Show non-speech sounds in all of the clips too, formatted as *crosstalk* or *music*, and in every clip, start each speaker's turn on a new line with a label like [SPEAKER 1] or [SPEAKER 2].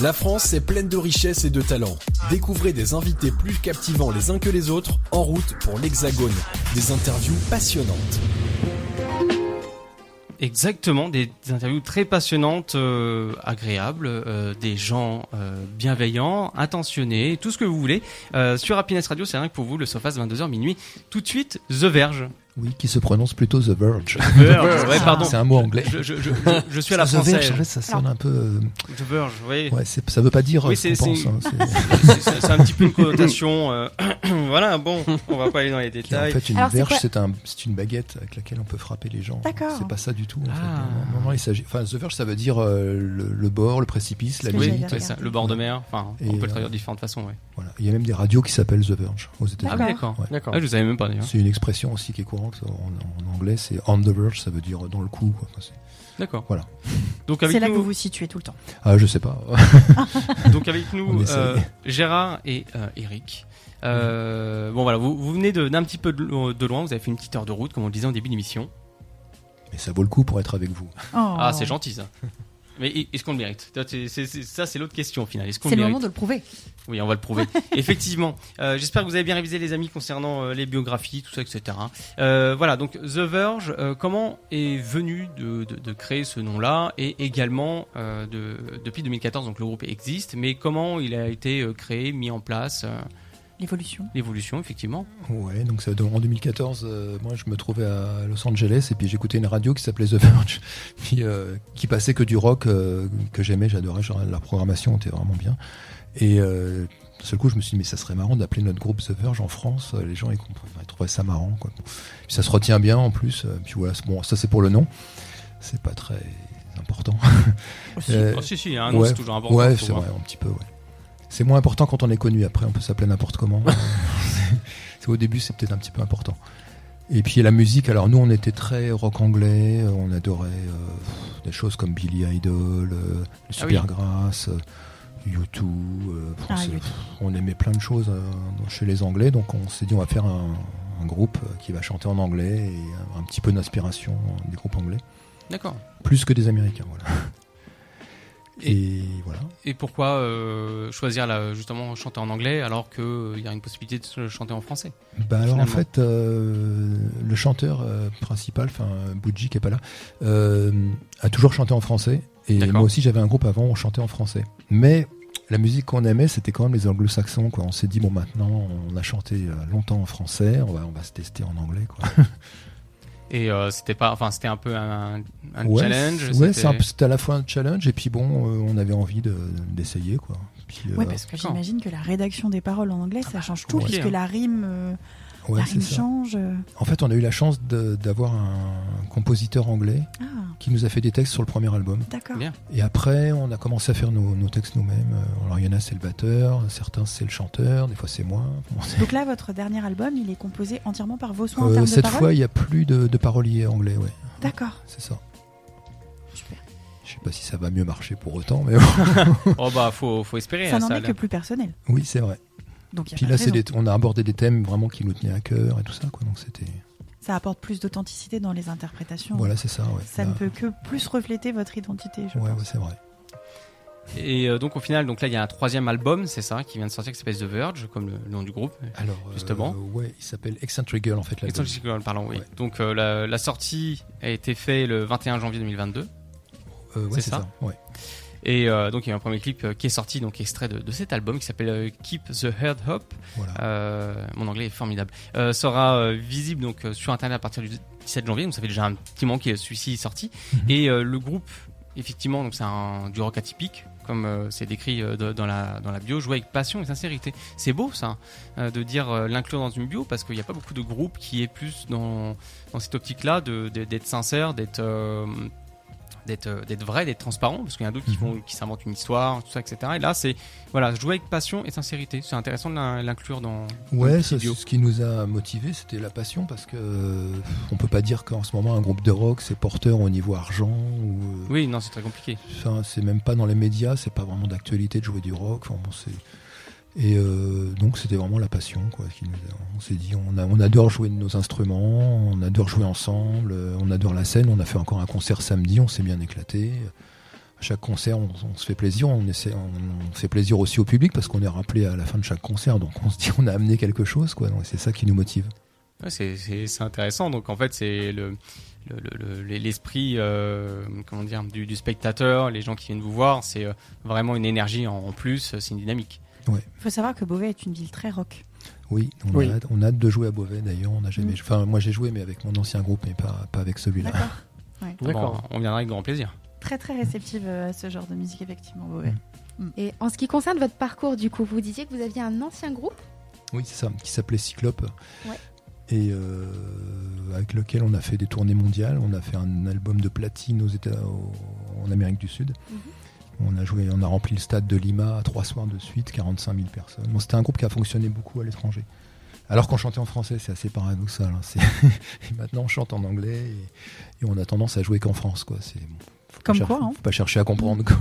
[SPEAKER 1] La France est pleine de richesses et de talents. Découvrez des invités plus captivants les uns que les autres en route pour l'Hexagone. Des interviews passionnantes.
[SPEAKER 2] Exactement, des, des interviews très passionnantes, euh, agréables, euh, des gens euh, bienveillants, intentionnés, tout ce que vous voulez. Euh, sur Happiness Radio, c'est rien que pour vous, le Sofas 22h minuit. Tout de suite, The Verge.
[SPEAKER 3] Oui, qui se prononce plutôt The Verge. Ah,
[SPEAKER 2] Verge, *laughs* ouais, pardon.
[SPEAKER 3] C'est un mot anglais.
[SPEAKER 2] Je, je, je, je- je suis à la
[SPEAKER 3] The Verge,
[SPEAKER 2] française.
[SPEAKER 3] en fait, ça sonne un peu. euh,
[SPEAKER 2] The Verge, oui.
[SPEAKER 3] Ouais, c'est- ça veut pas dire
[SPEAKER 2] Oui,
[SPEAKER 3] ce
[SPEAKER 2] c'est-
[SPEAKER 3] qu'on pense.
[SPEAKER 2] c'est-
[SPEAKER 3] hein,
[SPEAKER 2] *laughs*
[SPEAKER 3] c'est-
[SPEAKER 2] C'est- C'est c'est un petit peu une connotation. euh, *clears throat* voilà, bon, on va pas aller dans les
[SPEAKER 3] qui est en
[SPEAKER 2] détails.
[SPEAKER 3] fait, une
[SPEAKER 4] Alors, c'est
[SPEAKER 3] verge,
[SPEAKER 4] quoi
[SPEAKER 3] c'est un, c'est une baguette avec laquelle on peut frapper les gens.
[SPEAKER 4] D'accord.
[SPEAKER 3] C'est pas ça du tout. En fait.
[SPEAKER 2] Ah.
[SPEAKER 3] Non, non, non, il s'agit. Enfin, the verge, ça veut dire euh, le, le bord, le précipice, la
[SPEAKER 4] que j'allais
[SPEAKER 2] Oui,
[SPEAKER 3] limite.
[SPEAKER 4] dire.
[SPEAKER 2] c'est ça, le bord de mer. Enfin,
[SPEAKER 3] Et,
[SPEAKER 2] on peut le traduire
[SPEAKER 3] euh,
[SPEAKER 2] de différentes façons, ouais.
[SPEAKER 3] Voilà. Il y a même des radios qui s'appellent the verge aux États-Unis.
[SPEAKER 2] Ah,
[SPEAKER 4] D'accord.
[SPEAKER 2] oui, d'accord.
[SPEAKER 3] Ouais.
[SPEAKER 5] D'accord.
[SPEAKER 2] Ah, je vous avais même pas dit.
[SPEAKER 3] C'est une expression aussi qui est courante en, en anglais. C'est on the verge, ça veut dire dans le coup. quoi. Enfin, c'est-
[SPEAKER 2] D'accord.
[SPEAKER 3] Voilà.
[SPEAKER 2] Donc
[SPEAKER 4] C'est
[SPEAKER 2] avec
[SPEAKER 4] là que vous
[SPEAKER 2] nous,
[SPEAKER 4] vous situez tout le temps.
[SPEAKER 3] ah, je sais pas. *laughs*
[SPEAKER 2] donc avec
[SPEAKER 3] On
[SPEAKER 2] nous
[SPEAKER 3] essaie.
[SPEAKER 2] euh, Gérard et euh, Eric. Euh, bon voilà, vous, vous venez de- d'un petit peu de, lo- de loin, vous avez fait une petite heure de route, comme on le disait en début d'émission.
[SPEAKER 3] Mais ça vaut le coup pour être avec vous.
[SPEAKER 4] Oh.
[SPEAKER 2] Ah, c'est gentil ça. Mais e- est-ce qu'on le mérite Ça, c'est- c'est- c'est- Ça, c'est l'autre question au final. Est-ce qu'on
[SPEAKER 4] C'est le
[SPEAKER 2] mérite
[SPEAKER 4] moment de le prouver.
[SPEAKER 2] Oui, on va le prouver.
[SPEAKER 4] *laughs*
[SPEAKER 2] Effectivement. Euh, J'espère que vous avez bien révisé, les amis, concernant euh, les biographies, tout ça, etc. Euh, voilà, donc The Verge, euh, comment est venu de, de- de créer ce nom-là Et également, euh, de- depuis 2014, donc le groupe existe, mais comment il a été euh, créé, mis en place euh,
[SPEAKER 4] L'évolution.
[SPEAKER 2] L'évolution, effectivement.
[SPEAKER 3] Ouais, donc ça, donc, en 2014, euh, moi je me trouvais à Los Angeles et puis j'écoutais une radio qui s'appelait The Verge, *laughs* puis, euh, qui passait que du rock euh, que j'aimais, j'adorais, genre, leur programmation était vraiment bien. Et euh, d'un seul coup, je me suis dit, mais ça serait marrant d'appeler notre groupe The Verge en France, Euh, les gens ils, compren- enfin, ils trouveraient ça marrant. Quoi. Bon. Puis ça se retient bien en plus, Euh, puis voilà, c'est- bon, ça c'est pour le nom, c'est pas très important. Euh,
[SPEAKER 2] Oh, si, si, hein, non,
[SPEAKER 3] ouais.
[SPEAKER 2] c'est toujours important.
[SPEAKER 3] Ouais,
[SPEAKER 2] faut
[SPEAKER 3] c'est
[SPEAKER 2] voir.
[SPEAKER 3] vrai, un petit peu, ouais. C'est moins important quand on est connu, après on peut s'appeler
[SPEAKER 2] *laughs*
[SPEAKER 3] n'importe comment. *laughs* Euh, c'est- c'est- au début, c'est peut-être un petit peu important. Et puis la musique, alors nous on était très rock anglais, euh, on adorait euh, pff, des choses comme Billy Idol, euh, le
[SPEAKER 2] Ah oui.
[SPEAKER 3] Supergrass, euh, U2, euh, pff,
[SPEAKER 4] Ah,
[SPEAKER 3] c'est-
[SPEAKER 4] U2.
[SPEAKER 3] pff, on aimait plein de choses euh, dans- chez les anglais, donc on s'est dit on va faire un, un groupe euh, qui va chanter en anglais et un petit peu d'inspiration euh, des groupes anglais,
[SPEAKER 2] D'accord.
[SPEAKER 3] plus que des américains,
[SPEAKER 2] *laughs*
[SPEAKER 3] voilà. Et voilà.
[SPEAKER 2] Et pourquoi euh, choisir, là, justement, chanter en anglais alors qu'il y a une possibilité de se chanter en français
[SPEAKER 3] Bah alors en
[SPEAKER 2] finalement.
[SPEAKER 3] fait, euh, le chanteur euh, principal, enfin Boudji qui est pas là, euh, a toujours chanté en français. Et
[SPEAKER 2] D'accord.
[SPEAKER 3] moi aussi j'avais un groupe avant, on chantait en français. Mais la musique qu'on aimait, c'était quand même les anglo-saxons. Quoi. On s'est dit, bon maintenant, on a chanté euh, longtemps en français, on va, on va se tester en anglais. Quoi.
[SPEAKER 2] Et euh, c'était pas, enfin, c'était un peu un, un
[SPEAKER 3] Ouais,
[SPEAKER 2] challenge.
[SPEAKER 3] c'est-
[SPEAKER 2] c'était-
[SPEAKER 3] ouais, c'est un- c'était à la fois un challenge et puis bon, euh, on avait envie de- d'essayer. Quoi. Puis,
[SPEAKER 4] Ouais,
[SPEAKER 3] euh,
[SPEAKER 4] parce que
[SPEAKER 2] d'accord.
[SPEAKER 4] j'imagine que la rédaction des paroles en anglais, ça change tout,
[SPEAKER 2] compliqué,
[SPEAKER 4] puisque
[SPEAKER 2] hein.
[SPEAKER 4] la rime, euh,
[SPEAKER 3] ouais,
[SPEAKER 4] la
[SPEAKER 3] c'est
[SPEAKER 4] rime
[SPEAKER 3] ça.
[SPEAKER 4] change. euh.
[SPEAKER 3] En fait, on a eu la chance de- d'avoir un compositeur anglais
[SPEAKER 4] Ah,
[SPEAKER 3] qui nous a fait des textes sur le premier album.
[SPEAKER 4] d'accord.
[SPEAKER 2] Bien.
[SPEAKER 3] Et après, on a commencé à faire nos, nos textes nous-mêmes. Euh, Alors, il y en a, c'est le batteur, certains, c'est le chanteur, des fois, c'est moi. Bon, c'est-
[SPEAKER 4] Donc là, votre dernier album, il est composé entièrement par vos soins en
[SPEAKER 3] Euh,
[SPEAKER 4] termes de
[SPEAKER 3] cette
[SPEAKER 4] paroles
[SPEAKER 3] fois, il n'y a plus de, de parolier anglais, ouais,
[SPEAKER 4] D'accord.
[SPEAKER 3] c'est ça.
[SPEAKER 4] Super.
[SPEAKER 3] Je sais pas si ça va mieux marcher pour autant, mais *laughs* bon.
[SPEAKER 2] Oh bah faut, faut espérer.
[SPEAKER 4] Ça
[SPEAKER 2] hein,
[SPEAKER 4] n'en
[SPEAKER 2] ça,
[SPEAKER 4] est
[SPEAKER 2] là.
[SPEAKER 4] que plus personnel.
[SPEAKER 3] oui, c'est vrai.
[SPEAKER 4] Donc il y a
[SPEAKER 3] Puis
[SPEAKER 4] pas
[SPEAKER 3] là,
[SPEAKER 4] de
[SPEAKER 3] c'est des-
[SPEAKER 4] raison.
[SPEAKER 3] on a abordé des thèmes vraiment qui nous tenaient à cœur et tout ça, quoi. Donc, c'était.
[SPEAKER 4] Ça apporte plus d'authenticité dans les interprétations.
[SPEAKER 3] Voilà, c'est ça, ouais.
[SPEAKER 4] Ça
[SPEAKER 3] Là-
[SPEAKER 4] ne peut que plus refléter votre identité, je
[SPEAKER 3] Ouais,
[SPEAKER 4] pense.
[SPEAKER 3] ouais, c'est vrai.
[SPEAKER 2] Et euh, donc au final, donc là il y a un troisième album, c'est ça, qui vient de sortir qui s'appelle The Verge, comme le nom du groupe.
[SPEAKER 3] Alors, euh,
[SPEAKER 2] Justement.
[SPEAKER 3] ouais, il s'appelle Eccentric Girl, en fait, l'album.
[SPEAKER 2] Extension Girl, pardon, oui.
[SPEAKER 3] Ouais.
[SPEAKER 2] Donc euh, la, la sortie a été faite le 21 janvier 2022.
[SPEAKER 3] Euh, ouais,
[SPEAKER 2] c'est
[SPEAKER 3] c'est
[SPEAKER 2] ça.
[SPEAKER 3] ça. Ouais.
[SPEAKER 2] Et euh, donc il y a eu un premier clip euh, qui est sorti, donc extrait de, de cet album qui s'appelle euh, Keep the Head Up.
[SPEAKER 3] Voilà.
[SPEAKER 2] Euh, mon anglais est formidable. Euh, sera euh, visible donc euh, sur internet à partir du 17 janvier. Donc ça fait déjà un petit moment que celui-ci est sorti. Et euh, le groupe, effectivement, donc c'est un du rock atypique, comme euh, c'est décrit euh, de- dans la dans la bio, jouer avec passion et sincérité. C'est beau ça, euh, de dire euh, l'inclure dans une bio parce qu'il n'y a pas beaucoup de groupes qui est plus dans dans cette optique-là de de- d'être sincère, d'être euh, d'être euh, d'être vrai, d'être transparent, parce qu'il y en a
[SPEAKER 3] Mhm.
[SPEAKER 2] d'autres qui vont qui s'inventent une histoire, tout ça, etc. Et là, c'est voilà, jouer avec passion et sincérité. C'est intéressant de l'in- l'inclure dans. dans le
[SPEAKER 3] Ouais,
[SPEAKER 2] petit
[SPEAKER 3] ça,
[SPEAKER 2] bio.
[SPEAKER 3] c'est ce qui nous a motivés, c'était la passion parce que euh, on peut pas dire qu'en ce moment un groupe de rock c'est porteur au niveau argent ou euh,
[SPEAKER 2] Oui, non, c'est très compliqué.
[SPEAKER 3] enfin, c'est même pas dans les médias, c'est pas vraiment d'actualité de jouer du rock. Enfin, bon, c'est- et euh, donc c'était vraiment la passion quoi. qui nous a- on s'est dit on, a- on adore jouer de nos instruments, on adore jouer ensemble, euh, on adore la scène. On a fait encore un concert samedi, on s'est bien éclaté. à chaque concert, on, on se fait plaisir, on, essaie, on, on fait plaisir aussi au public parce qu'on est rappelé à la fin de chaque concert, donc on se dit on a amené quelque chose, quoi. Donc c'est ça qui nous motive.
[SPEAKER 2] Ouais, c'est- c'est c'est intéressant. Donc en fait, c'est le le- le- le- l'esprit euh, comment dire du, du spectateur, les gens qui viennent vous voir, c'est euh, vraiment une énergie en, en plus, euh, c'est une dynamique.
[SPEAKER 4] Il faut savoir que Beauvais est une ville très rock.
[SPEAKER 3] Oui, on,
[SPEAKER 5] Oui.
[SPEAKER 3] A hâte, on a hâte de jouer à Beauvais d'ailleurs. On a jamais, enfin, moi j'ai joué, mais avec mon ancien groupe, mais pas, pas avec celui-là.
[SPEAKER 4] D'accord.
[SPEAKER 5] D'accord.
[SPEAKER 2] Bon, on viendra avec grand plaisir.
[SPEAKER 4] Très très réceptive euh, à ce genre de musique, effectivement, Beauvais.
[SPEAKER 6] Et en ce qui concerne votre parcours, du coup, vous disiez que vous aviez un ancien groupe.
[SPEAKER 3] Oui, c'est ça, qui s'appelait Cyclope.
[SPEAKER 6] Ouais.
[SPEAKER 3] Et euh, avec lequel on a fait des tournées mondiales. On a fait un album de platine aux États, au- en Amérique du Sud.
[SPEAKER 6] Mhm.
[SPEAKER 4] Mm-hmm.
[SPEAKER 3] On a joué, on a rempli le stade de Lima à trois soirs de suite, 45 000 personnes. Bon, c'était un groupe qui a fonctionné beaucoup à l'étranger. Alors qu'on chantait en français, c'est assez paradoxal. hein. C'est- *laughs* et maintenant, on chante en anglais et, et on a tendance à jouer qu'en France, quoi. C'est bon, faut pas
[SPEAKER 4] Comme
[SPEAKER 3] chercher-
[SPEAKER 4] quoi, hein. Mm.
[SPEAKER 3] faut pas chercher à comprendre. quoi.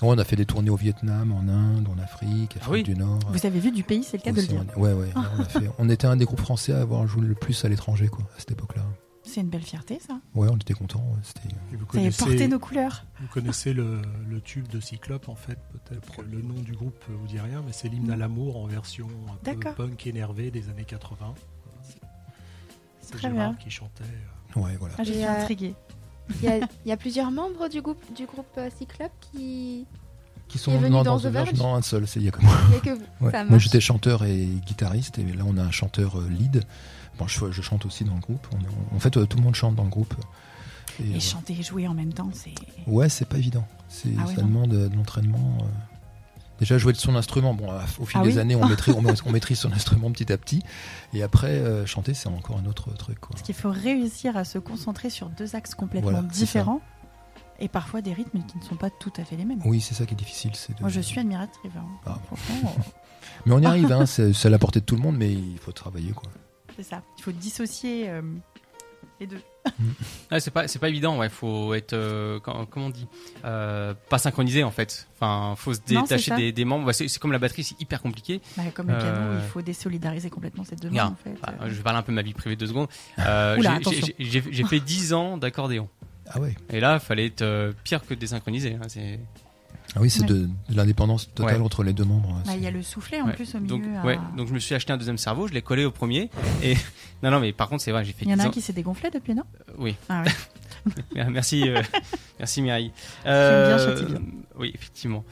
[SPEAKER 3] On a fait des tournées au Vietnam, en Inde, en Afrique, Afrique
[SPEAKER 2] Ah oui.
[SPEAKER 3] du Nord.
[SPEAKER 4] Vous avez vu du pays, c'est le cas de le dire. Ah.
[SPEAKER 3] Océanie. Ouais, ouais, on, a fait- on était un des groupes français à avoir joué le plus à l'étranger, quoi, à cette époque-là.
[SPEAKER 4] C'est une belle fierté, ça.
[SPEAKER 3] Ouais, on était contents. ouais, c'était-
[SPEAKER 5] Et vous
[SPEAKER 4] Vous avez porté
[SPEAKER 5] connaissez,
[SPEAKER 4] nos couleurs.
[SPEAKER 5] vous connaissez le, le tube de Cyclope, en fait, peut-être. Le nom du groupe euh, vous dit rien, mais c'est l'hymne à l'amour en version un peu
[SPEAKER 4] D'accord.
[SPEAKER 5] punk énervé des années 80. C'est
[SPEAKER 4] Très
[SPEAKER 5] Gérard
[SPEAKER 4] bien.
[SPEAKER 5] qui chantait. euh,
[SPEAKER 3] Ouais, voilà.
[SPEAKER 4] Ah, je
[SPEAKER 6] Et,
[SPEAKER 4] suis
[SPEAKER 6] euh,
[SPEAKER 4] intriguée.
[SPEAKER 6] Il y
[SPEAKER 3] *laughs*
[SPEAKER 6] a, il y a plusieurs membres du groupe, du groupe euh, Cyclope qui.
[SPEAKER 3] Qui
[SPEAKER 6] est venu
[SPEAKER 3] non,
[SPEAKER 6] dans
[SPEAKER 3] dans
[SPEAKER 6] The
[SPEAKER 3] The Verge,
[SPEAKER 6] Verge
[SPEAKER 3] Non, un seul, c'est il y a que moi.
[SPEAKER 6] Il y a que vous.
[SPEAKER 3] Ouais.
[SPEAKER 6] Ça
[SPEAKER 3] Moi,
[SPEAKER 6] marche.
[SPEAKER 3] j'étais chanteur et guitariste, et là, on a un chanteur euh, lead. Bon, je, je chante aussi dans le groupe. On est- en fait, euh, tout le monde chante dans le groupe. Et, euh,
[SPEAKER 4] Et chanter et jouer en même temps, c'est.
[SPEAKER 3] ouais, c'est pas évident. C'est,
[SPEAKER 4] Ah ouais,
[SPEAKER 3] ça
[SPEAKER 4] non.
[SPEAKER 3] demande euh, de l'entraînement. euh. Déjà, jouer de son instrument, bon, à- au fil
[SPEAKER 4] Ah
[SPEAKER 3] des
[SPEAKER 4] oui
[SPEAKER 3] années,
[SPEAKER 4] *laughs*
[SPEAKER 3] on maîtrise, on, maîtrise- on maîtrise son instrument petit à petit. Et après, euh, chanter, c'est encore un autre truc, quoi.
[SPEAKER 4] Parce qu'il faut réussir à se concentrer sur deux axes complètement
[SPEAKER 3] Voilà, c'est ça.
[SPEAKER 4] différents et parfois des rythmes qui ne sont pas tout à fait les mêmes.
[SPEAKER 3] Oui, c'est ça qui est difficile. C'est de...
[SPEAKER 4] Moi, je suis admirative. hein.
[SPEAKER 3] Ah.
[SPEAKER 4] Franchement, euh, *laughs*
[SPEAKER 3] Mais on y arrive, hein, c'est c'est à la portée de tout le monde, mais il faut travailler. Quoi.
[SPEAKER 4] c'est ça. Il faut dissocier euh, les deux.
[SPEAKER 2] Ouais, Ah, c'est pas c'est pas évident. Ouais, faut être euh, com- comment on dit Euh, pas synchronisé en fait. Enfin, faut se
[SPEAKER 4] Non, c'est
[SPEAKER 2] détacher
[SPEAKER 4] ça.
[SPEAKER 2] des, des membres. Ouais, c'est c'est comme la batterie, c'est hyper compliqué.
[SPEAKER 4] Bah, comme le piano,
[SPEAKER 2] Euh,
[SPEAKER 4] il faut désolidariser complètement ces deux mains,
[SPEAKER 2] regarde,
[SPEAKER 4] en fait.
[SPEAKER 2] Enfin,
[SPEAKER 4] Euh,
[SPEAKER 2] je vais parler un peu de ma vie privée deux secondes. Euh,
[SPEAKER 4] *laughs* Oula,
[SPEAKER 2] j'ai-
[SPEAKER 4] attention.
[SPEAKER 2] j'ai- j'ai j'ai fait 10 ans d'accordéon.
[SPEAKER 3] Ah ouais
[SPEAKER 2] Et là, fallait être euh, pire que désynchronisé. hein, c'est-
[SPEAKER 3] ah oui, c'est
[SPEAKER 4] Ouais.
[SPEAKER 3] de, de l'indépendance totale
[SPEAKER 2] Ouais.
[SPEAKER 3] entre les deux membres. hein,
[SPEAKER 4] bah,
[SPEAKER 3] c'est-
[SPEAKER 4] Il y a le soufflet en
[SPEAKER 2] Ouais,
[SPEAKER 4] plus au milieu.
[SPEAKER 2] donc,
[SPEAKER 4] à-
[SPEAKER 2] ouais, donc je me suis acheté un deuxième cerveau, je l'ai collé au premier. Et *laughs* non, non, mais par contre, c'est vrai, j'ai fait.
[SPEAKER 4] Il y en a
[SPEAKER 2] 10
[SPEAKER 4] un
[SPEAKER 2] ans-
[SPEAKER 4] qui s'est dégonflé depuis, non
[SPEAKER 2] Euh, Oui.
[SPEAKER 4] Ah ouais.
[SPEAKER 2] *laughs* merci,
[SPEAKER 4] *laughs*
[SPEAKER 2] euh, merci Mireille. Euh,
[SPEAKER 4] bien, châtie bien.
[SPEAKER 2] Oui, effectivement.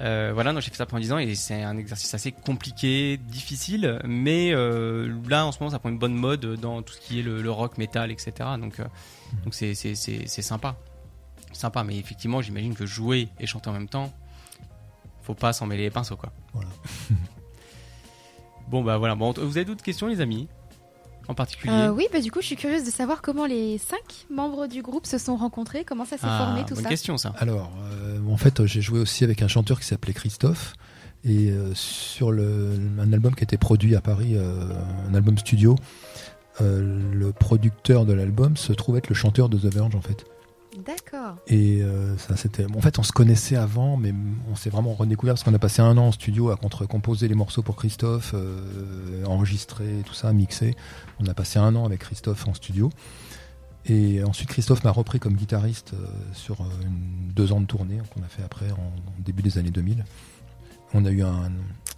[SPEAKER 2] Euh, voilà, donc j'ai fait ça pendant 10 ans et c'est un exercice assez compliqué, difficile, mais euh, là en ce moment ça prend une bonne mode dans tout ce qui est le, le rock, metal, etc. Donc euh, donc c'est c'est- c'est- c'est sympa, sympa. Mais effectivement, j'imagine que jouer et chanter en même temps, faut pas s'en mêler les pinceaux quoi.
[SPEAKER 3] Voilà.
[SPEAKER 2] *laughs* bon bah voilà. Bon, vous avez d'autres questions les amis, en particulier.
[SPEAKER 6] Euh, oui, bah du coup, je suis curieuse de savoir comment les cinq membres du groupe se sont rencontrés, comment ça s'est
[SPEAKER 2] Ah,
[SPEAKER 6] formé tout
[SPEAKER 2] bonne
[SPEAKER 6] ça.
[SPEAKER 2] question ça.
[SPEAKER 3] Alors, euh, en fait, j'ai joué aussi avec un chanteur qui s'appelait Christophe. Et euh, sur le, un album qui a été produit à Paris, euh, un album studio, euh, le producteur de l'album se trouve être le chanteur de The Verge en fait.
[SPEAKER 6] D'accord.
[SPEAKER 3] Et euh, ça, c'était. En fait, on se connaissait avant, mais on s'est vraiment redécouvert parce qu'on a passé un an en studio à contre-composer les morceaux pour Christophe, euh, enregistrer tout ça, mixer. On a passé un an avec Christophe en studio. Et ensuite, Christophe m'a repris comme guitariste euh, sur euh, une- deux ans de tournée qu'on a fait après, en, en début des années 2000. On a eu un-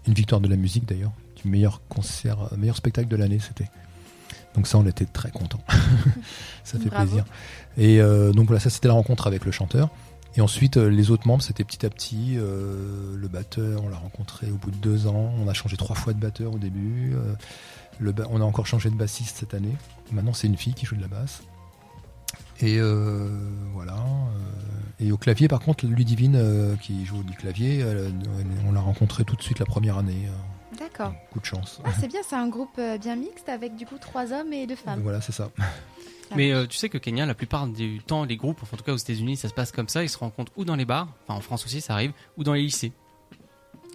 [SPEAKER 3] une victoire de la musique d'ailleurs, du meilleur concert, euh, meilleur spectacle de l'année, c'était. Donc ça, on était très contents. *laughs* ça fait
[SPEAKER 6] Bravo.
[SPEAKER 3] plaisir. Et euh, donc voilà, ça c'était la rencontre avec le chanteur. Et ensuite, euh, les autres membres, c'était petit à petit. euh, le batteur, on l'a rencontré au bout de deux ans. On a changé trois fois de batteur au début. euh, le ba- on a encore changé de bassiste cette année. Maintenant, c'est une fille qui joue de la basse. Et euh, voilà. euh, et au clavier, par contre, Ludivine, euh, qui joue du clavier, elle- elle- on l'a rencontrée tout de suite la première année. euh,
[SPEAKER 6] D'accord.
[SPEAKER 3] coup de chance.
[SPEAKER 6] Ah, c'est bien, c'est un groupe euh, bien mixte avec du coup trois hommes et
[SPEAKER 3] *laughs*
[SPEAKER 6] deux femmes.
[SPEAKER 3] Euh, Voilà, c'est ça.
[SPEAKER 2] Mais euh, tu sais que Kenya, la plupart du temps, les groupes, enfin, en tout cas aux États-Unis, ça se passe comme ça. Ils se rencontrent ou dans les bars, enfin en France aussi, ça arrive, ou dans les lycées.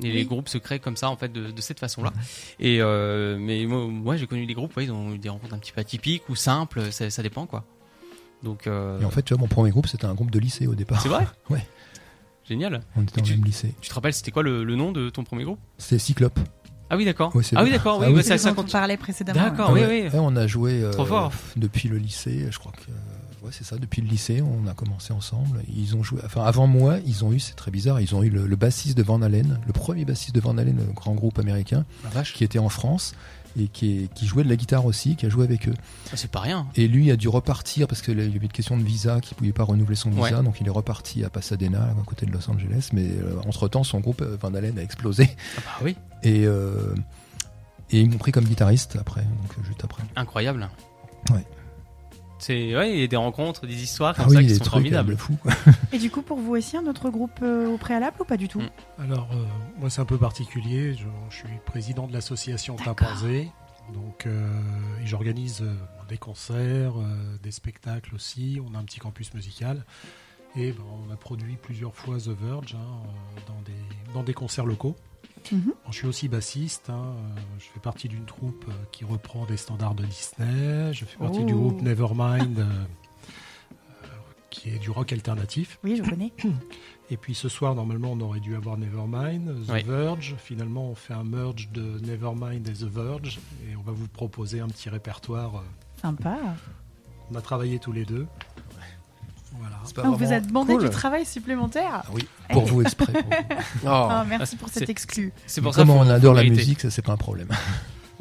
[SPEAKER 2] Et les
[SPEAKER 6] Oui.
[SPEAKER 2] groupes se créent comme ça, en fait, de, de cette façon-là. Et euh, mais moi, moi, j'ai connu des groupes, ouais, ils ont eu des rencontres un petit peu atypiques ou simples, ça, ça dépend quoi. Donc, euh,
[SPEAKER 3] Et en fait, tu vois, mon premier groupe, c'était un groupe de lycée au départ.
[SPEAKER 2] c'est vrai.
[SPEAKER 3] *laughs* Ouais.
[SPEAKER 2] Génial.
[SPEAKER 3] On était
[SPEAKER 2] Et
[SPEAKER 3] dans
[SPEAKER 2] tu-
[SPEAKER 3] le même lycée.
[SPEAKER 2] Tu te rappelles, c'était quoi le, le nom de ton premier groupe
[SPEAKER 3] C'est Cyclope.
[SPEAKER 2] Ah oui, d'accord.
[SPEAKER 3] Ouais, c'est
[SPEAKER 2] ah oui,
[SPEAKER 3] vrai.
[SPEAKER 2] d'accord. Oui,
[SPEAKER 3] Ah oui.
[SPEAKER 2] bah,
[SPEAKER 4] C'est
[SPEAKER 2] c'est à
[SPEAKER 4] ce dont on
[SPEAKER 2] 50.
[SPEAKER 4] parlait précédemment.
[SPEAKER 2] D'accord. Ah oui, oui.
[SPEAKER 3] Ouais, on a Eh, joué euh,
[SPEAKER 2] Trop fort.
[SPEAKER 3] depuis le lycée, je crois que euh, ouais, ouais, c'est ça. Depuis le lycée, on a commencé ensemble. Ils ont joué. Enfin, avant moi, ils ont eu. C'est très bizarre. Ils ont eu le, le bassiste de Van Halen, le premier bassiste de Van Halen, le grand groupe américain, qui était en France et qui, est- qui jouait de la guitare aussi, qui a joué avec eux.
[SPEAKER 2] Ah, C'est pas rien.
[SPEAKER 3] Et lui a dû repartir parce qu'il y avait une question de visa qui pouvait pas renouveler son visa, donc il est reparti à Pasadena, à côté de Los Angeles. Mais entre temps, son groupe euh, Van Halen a explosé
[SPEAKER 2] Ah bah oui,
[SPEAKER 3] et euh, et ils m'ont pris comme guitariste après, donc euh, juste après.
[SPEAKER 2] incroyable.
[SPEAKER 3] Ouais.
[SPEAKER 2] C'est ouais, il y a des rencontres, des histoires comme
[SPEAKER 3] Ah
[SPEAKER 2] ça
[SPEAKER 3] oui,
[SPEAKER 2] qui
[SPEAKER 3] les
[SPEAKER 2] sont
[SPEAKER 3] trucs
[SPEAKER 2] formidables.
[SPEAKER 3] euh, fous.
[SPEAKER 4] Et du coup, pour vous aussi, un autre groupe euh, au préalable ou pas du tout
[SPEAKER 2] Mm.
[SPEAKER 5] Alors, euh, moi, c'est un peu particulier. Je, je suis président de l'association Timpanzé. Donc, euh, et j'organise euh, des concerts, euh, des spectacles aussi. On a un petit campus musical. Et ben, on a produit plusieurs fois The Verge hein, euh, dans, des, dans des concerts locaux.
[SPEAKER 4] Mhm.
[SPEAKER 5] Alors, je suis aussi bassiste. hein, euh, je fais partie d'une troupe euh, qui reprend des standards de Disney. Je fais partie du
[SPEAKER 4] Oh.
[SPEAKER 5] groupe Nevermind, euh, euh, qui est du rock alternatif.
[SPEAKER 4] Oui, je
[SPEAKER 3] *laughs*
[SPEAKER 4] connais.
[SPEAKER 5] Et puis ce soir, normalement, on aurait dû avoir Nevermind, The
[SPEAKER 2] Oui.
[SPEAKER 5] Verge. Finalement, on fait un merge de Nevermind et The Verge. Et on va vous proposer un petit répertoire. euh,
[SPEAKER 4] Sympa.
[SPEAKER 5] On a travaillé tous les deux. Voilà.
[SPEAKER 3] Bah,
[SPEAKER 4] Ah, on vous a demandé
[SPEAKER 2] cool.
[SPEAKER 4] du travail supplémentaire.
[SPEAKER 3] Ah oui, pour
[SPEAKER 4] Eh.
[SPEAKER 3] vous exprès. *laughs* pour vous.
[SPEAKER 4] Ah,
[SPEAKER 2] Ah,
[SPEAKER 4] merci pour
[SPEAKER 2] c'est-
[SPEAKER 3] *laughs*
[SPEAKER 4] cet exclu.
[SPEAKER 2] C'est pour ça
[SPEAKER 3] Oh. Comment
[SPEAKER 2] faut-
[SPEAKER 3] on adore
[SPEAKER 2] faut
[SPEAKER 3] la
[SPEAKER 2] mériter.
[SPEAKER 3] musique, ça c'est pas un problème.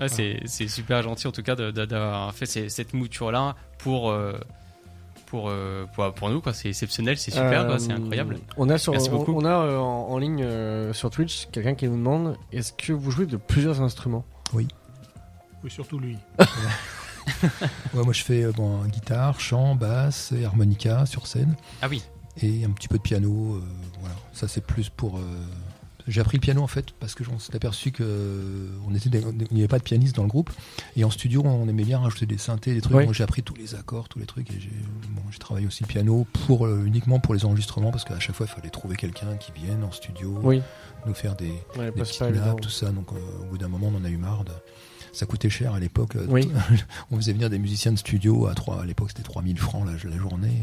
[SPEAKER 2] Ouais, c'est c'est super gentil en tout cas de- de- d'avoir fait ces- cette mouture là pour euh, pour, euh, pour pour nous quoi. C'est exceptionnel, c'est super,
[SPEAKER 7] Euh,
[SPEAKER 2] quoi, c'est incroyable.
[SPEAKER 7] On a, sur,
[SPEAKER 2] Merci
[SPEAKER 7] on,
[SPEAKER 2] beaucoup.
[SPEAKER 7] on a euh, en, en ligne euh, sur Twitch quelqu'un qui nous demande est-ce que vous jouez de plusieurs instruments
[SPEAKER 5] Oui, surtout lui.
[SPEAKER 3] *laughs* Ouais, moi je fais euh, bon, guitare, chant, basse et harmonica sur scène
[SPEAKER 2] Ah oui,
[SPEAKER 3] et un petit peu de piano. euh, voilà, ça c'est plus pour. euh, J'ai appris le piano en fait parce que on s'est aperçu que euh, on était des- il n'y avait pas de pianiste dans le groupe et en studio on aimait bien rajouter des synthés, des trucs.
[SPEAKER 7] Oui.
[SPEAKER 3] Moi j'ai appris tous les accords, tous les trucs et j'ai bon, j'ai travaillé aussi le piano pour euh, uniquement pour les enregistrements parce qu'à chaque fois il fallait trouver quelqu'un qui vienne en studio,
[SPEAKER 7] Oui.
[SPEAKER 3] nous faire des,
[SPEAKER 7] Ouais,
[SPEAKER 3] des
[SPEAKER 7] parce
[SPEAKER 3] petites
[SPEAKER 7] que, par
[SPEAKER 3] nappes,
[SPEAKER 7] exemple,
[SPEAKER 3] tout ça. Donc euh, au bout d'un moment, on en a eu marre. de- Ça coûtait cher à l'époque. euh,
[SPEAKER 7] Oui.
[SPEAKER 3] *laughs* on faisait venir des musiciens de studio à trois. À l'époque, c'était 3000 francs la, la journée.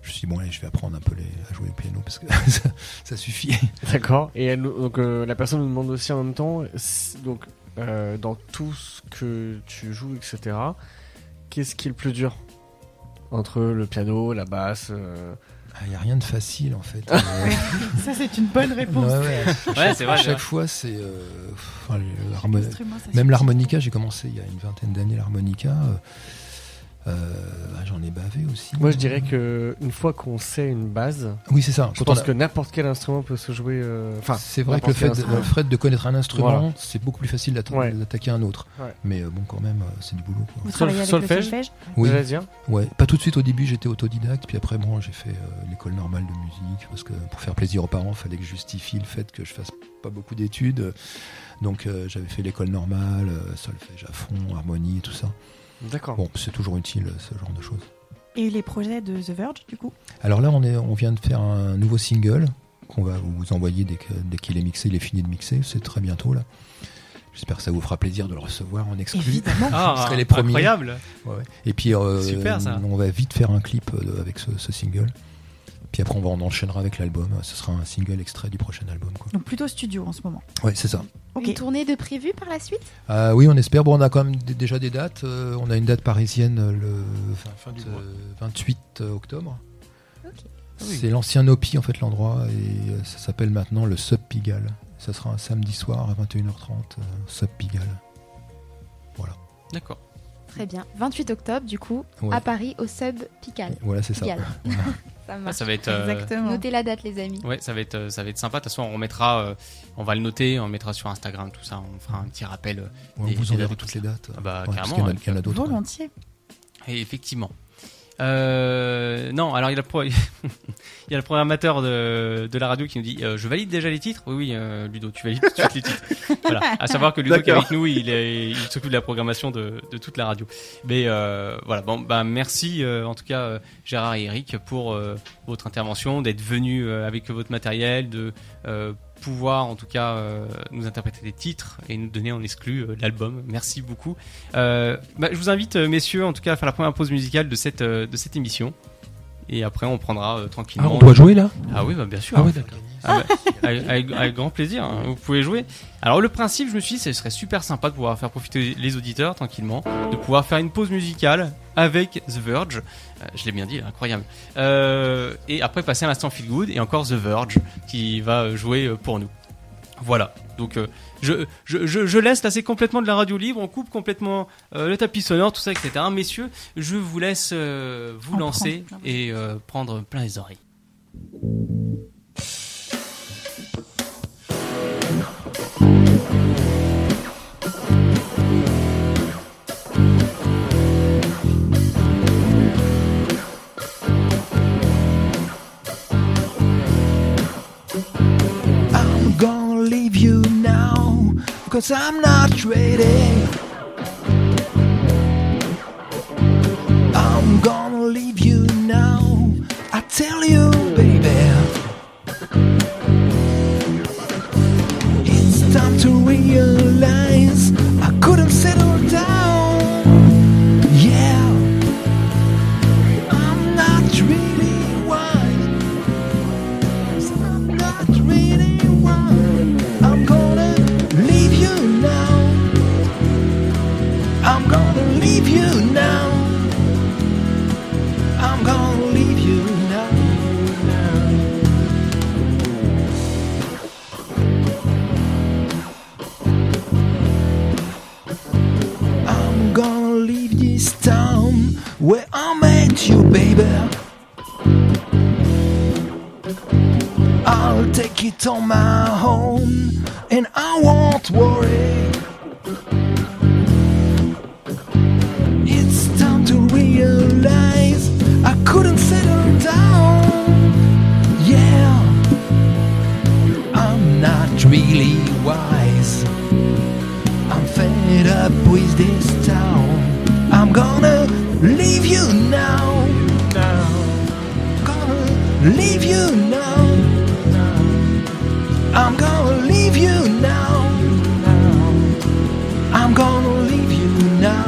[SPEAKER 3] Je me suis dit, bon, allez, je vais apprendre un peu les- à jouer au piano parce que *laughs* ça, ça suffit.
[SPEAKER 7] D'accord. Et elle nous- donc, euh, la personne nous demande aussi en même temps si- donc, euh, dans tout ce que tu joues, etc., qu'est-ce qui est le plus dur Entre le piano, la basse. euh,
[SPEAKER 3] Ah, Il n'y a rien de facile
[SPEAKER 2] *laughs*
[SPEAKER 3] en fait. Euh,
[SPEAKER 4] Ça, c'est une bonne
[SPEAKER 3] ouais,
[SPEAKER 4] réponse.
[SPEAKER 2] ouais,
[SPEAKER 3] ouais.
[SPEAKER 2] c'est
[SPEAKER 3] *laughs* À
[SPEAKER 2] vrai. hein. c'est
[SPEAKER 3] chaque
[SPEAKER 2] vrai.
[SPEAKER 3] fois, c'est. euh, enfin, le- l'harmon-
[SPEAKER 4] Instrument, ça
[SPEAKER 3] Même
[SPEAKER 4] suffit.
[SPEAKER 3] l'harmonica, j'ai commencé il y a une vingtaine d'années l'harmonica. euh, euh, ah, J'en ai bavé aussi.
[SPEAKER 7] Moi, je dirais que une fois qu'on sait une base,
[SPEAKER 3] Oui, c'est ça.
[SPEAKER 7] je
[SPEAKER 3] Quand on
[SPEAKER 7] pense
[SPEAKER 3] a-
[SPEAKER 7] que n'importe quel instrument peut se jouer. euh, Enfin,
[SPEAKER 3] c'est vrai que le
[SPEAKER 7] n'importe
[SPEAKER 3] fait,
[SPEAKER 7] quel
[SPEAKER 3] de,
[SPEAKER 7] instrument.
[SPEAKER 3] le fait de connaître un instrument,
[SPEAKER 7] Voilà.
[SPEAKER 3] c'est beaucoup plus facile d'atta-
[SPEAKER 7] Ouais.
[SPEAKER 3] d'attaquer un autre.
[SPEAKER 7] Ouais.
[SPEAKER 3] Mais euh, bon, quand même, euh, c'est du boulot. quoi.
[SPEAKER 4] Vous
[SPEAKER 7] Sol-
[SPEAKER 4] travaillez avec
[SPEAKER 7] solfège.
[SPEAKER 4] le solfège
[SPEAKER 3] Oui,
[SPEAKER 7] j'allais dire.
[SPEAKER 3] ouais. Pas tout de suite au début, j'étais autodidacte, puis après, bon, j'ai fait euh, l'école normale de musique parce que pour faire plaisir aux parents, fallait que je justifie le fait que je fasse pas beaucoup d'études. Donc, euh, j'avais fait l'école normale, euh, solfège à fond, harmonie, tout ça.
[SPEAKER 7] D'accord.
[SPEAKER 3] Bon, c'est toujours utile euh, ce genre de choses.
[SPEAKER 4] Et les projets de The Verge, du coup
[SPEAKER 3] Alors là, on, est, on vient de faire un nouveau single qu'on va vous envoyer dès que- dès qu'il est mixé, il est fini de mixer, c'est très bientôt là. J'espère que ça vous fera plaisir de le recevoir en exclu.
[SPEAKER 4] Évidemment.
[SPEAKER 3] Vous
[SPEAKER 2] Ah,
[SPEAKER 3] serez les premiers.
[SPEAKER 2] incroyable.
[SPEAKER 3] Ouais, ouais. Et puis euh,
[SPEAKER 2] Super, ça.
[SPEAKER 3] on va vite faire un clip euh, avec ce, ce single. Puis après, on va en enchaînera avec l'album. Ce sera un single extrait du prochain album. Quoi.
[SPEAKER 4] Donc plutôt studio en ce moment.
[SPEAKER 3] Ouais, c'est ça.
[SPEAKER 4] Ok.
[SPEAKER 6] Une tournée de prévu par la suite
[SPEAKER 3] Euh, oui, on espère. Bon, on a quand même d- déjà des dates. Euh, on a une date parisienne euh, le
[SPEAKER 5] Fin, fin du
[SPEAKER 3] 20,
[SPEAKER 5] mois.
[SPEAKER 3] euh, 28 octobre.
[SPEAKER 6] Ok.
[SPEAKER 3] C'est l'ancien Nopi en fait l'endroit et euh, ça s'appelle maintenant le Sub Pigalle. Ça sera un samedi soir à 21h30 euh, Sub Pigalle.
[SPEAKER 6] Ah,
[SPEAKER 2] D'accord.
[SPEAKER 6] Très bien. 28 octobre, du coup,
[SPEAKER 3] Ouais.
[SPEAKER 6] à Paris, au Sub Pical.
[SPEAKER 3] Voilà, c'est ça.
[SPEAKER 6] Pigalle.
[SPEAKER 3] Voilà.
[SPEAKER 6] *laughs* Ça
[SPEAKER 2] Ah,
[SPEAKER 6] marche.
[SPEAKER 2] ça va être euh,
[SPEAKER 4] Exactement.
[SPEAKER 6] Notez la date, les amis.
[SPEAKER 2] Ouais, ça va être, euh, ça va être sympa. De toute façon, on mettra, euh, on va le noter, on le mettra sur Instagram, tout ça. On fera un petit rappel. euh,
[SPEAKER 3] Ouais,
[SPEAKER 2] Et-
[SPEAKER 3] on vous
[SPEAKER 2] et
[SPEAKER 3] enverra
[SPEAKER 2] dates,
[SPEAKER 3] toutes les dates.
[SPEAKER 2] Ah bah,
[SPEAKER 3] Ouais, parce
[SPEAKER 2] carrément.
[SPEAKER 3] qu'il y en a-
[SPEAKER 2] hein.
[SPEAKER 3] il y en a d'autres. ouais.
[SPEAKER 4] Volontiers.
[SPEAKER 2] Et effectivement. Euh, non, alors il y a le, pro- *laughs* il y a le programmateur de, de la radio qui nous dit euh, Je valide déjà les titres Oui, oui, euh, Ludo, tu valides tout de suite les titres. Voilà. À savoir que Ludo qui est avec nous, il, est, il s'occupe de la programmation de, de toute la radio. Mais euh, voilà, bon, bah, merci euh, en tout cas euh, Gérard et Eric pour euh, votre intervention, d'être venus euh, avec votre matériel, de euh, pouvoir en tout cas euh, nous interpréter des titres et nous donner en exclu euh, l'album. Merci beaucoup. Euh, bah, je vous invite, euh, messieurs, en tout cas, à faire la première pause musicale de cette, euh, de cette émission. Et après, on prendra euh,
[SPEAKER 5] Ah,
[SPEAKER 2] tranquillement.
[SPEAKER 5] on doit jouer là
[SPEAKER 2] Ah oui, bah, bien sûr.
[SPEAKER 5] Ah oui, d'accord.
[SPEAKER 2] Ah bah, avec, avec- avec grand plaisir, hein, vous pouvez jouer. Alors, le principe, je me suis dit, ce serait super sympa de pouvoir faire profiter les auditeurs tranquillement, de pouvoir faire une pause musicale avec The Verge. Euh, je l'ai bien dit, incroyable. Euh, et après passer à l'instant Feel Good et encore The Verge qui va jouer euh, pour nous. Voilà. Donc euh, je, je, je, je laisse là, c'est complètement de la radio libre, on coupe complètement euh, le tapis sonore, tout ça, etc. Messieurs, je vous laisse euh, vous
[SPEAKER 4] En
[SPEAKER 2] lancer
[SPEAKER 4] prendre.
[SPEAKER 2] et euh, prendre plein les oreilles.
[SPEAKER 3] I'm gonna leave you now, cause I'm not ready. I'm gonna leave you now, I tell you, baby. It's time to realize I couldn't settle down. Yeah, I'm not really wise. I'm not really one. I'm gonna leave you now. I'm gonna leave you now. I'm gonna leave you now. I'm gonna leave this town where I met you, baby. I'll take it on my own and I won't worry. It's time to realize I couldn't settle down. Yeah, I'm not really wise. I'm fed up with this town. I'm gonna leave you now. Gonna leave you now. I'm gonna leave you now. I'm gonna leave you now.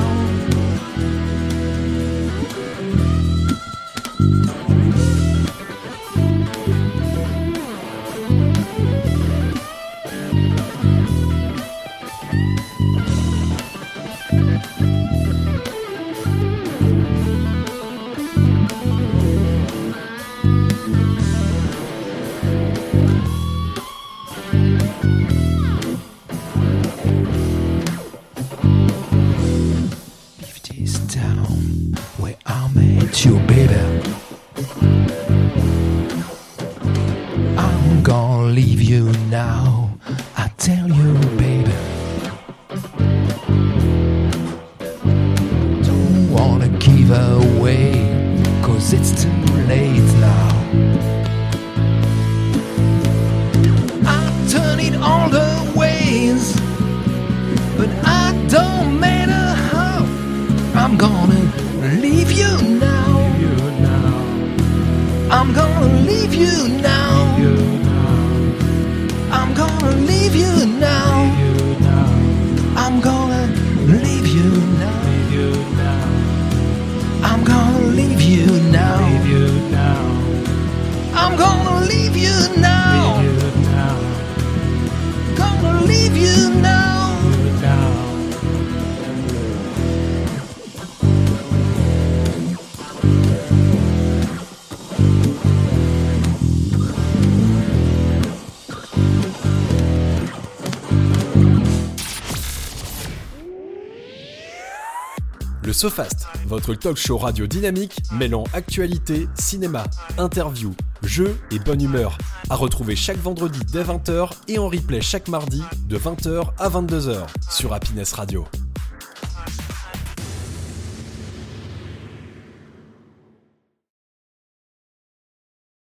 [SPEAKER 3] Leave this town where I met you, baby. I'm gonna leave you now. I tell you, baby. Don't wanna give away, cause it's too late now. I turn it all the ways, but I don't matter how. I'm gonna leave you now. I'm gonna leave you now. I'm gonna leave you now. I'm gonna leave you now. I'm gonna leave you now. I'm gonna leave you now. Gonna leave you now.
[SPEAKER 1] Le Sofast, votre talk show radio dynamique mêlant actualité, cinéma, interview, jeux et bonne humeur. À retrouver chaque vendredi dès 20h et en replay chaque mardi de 20h à 22h sur Happiness Radio.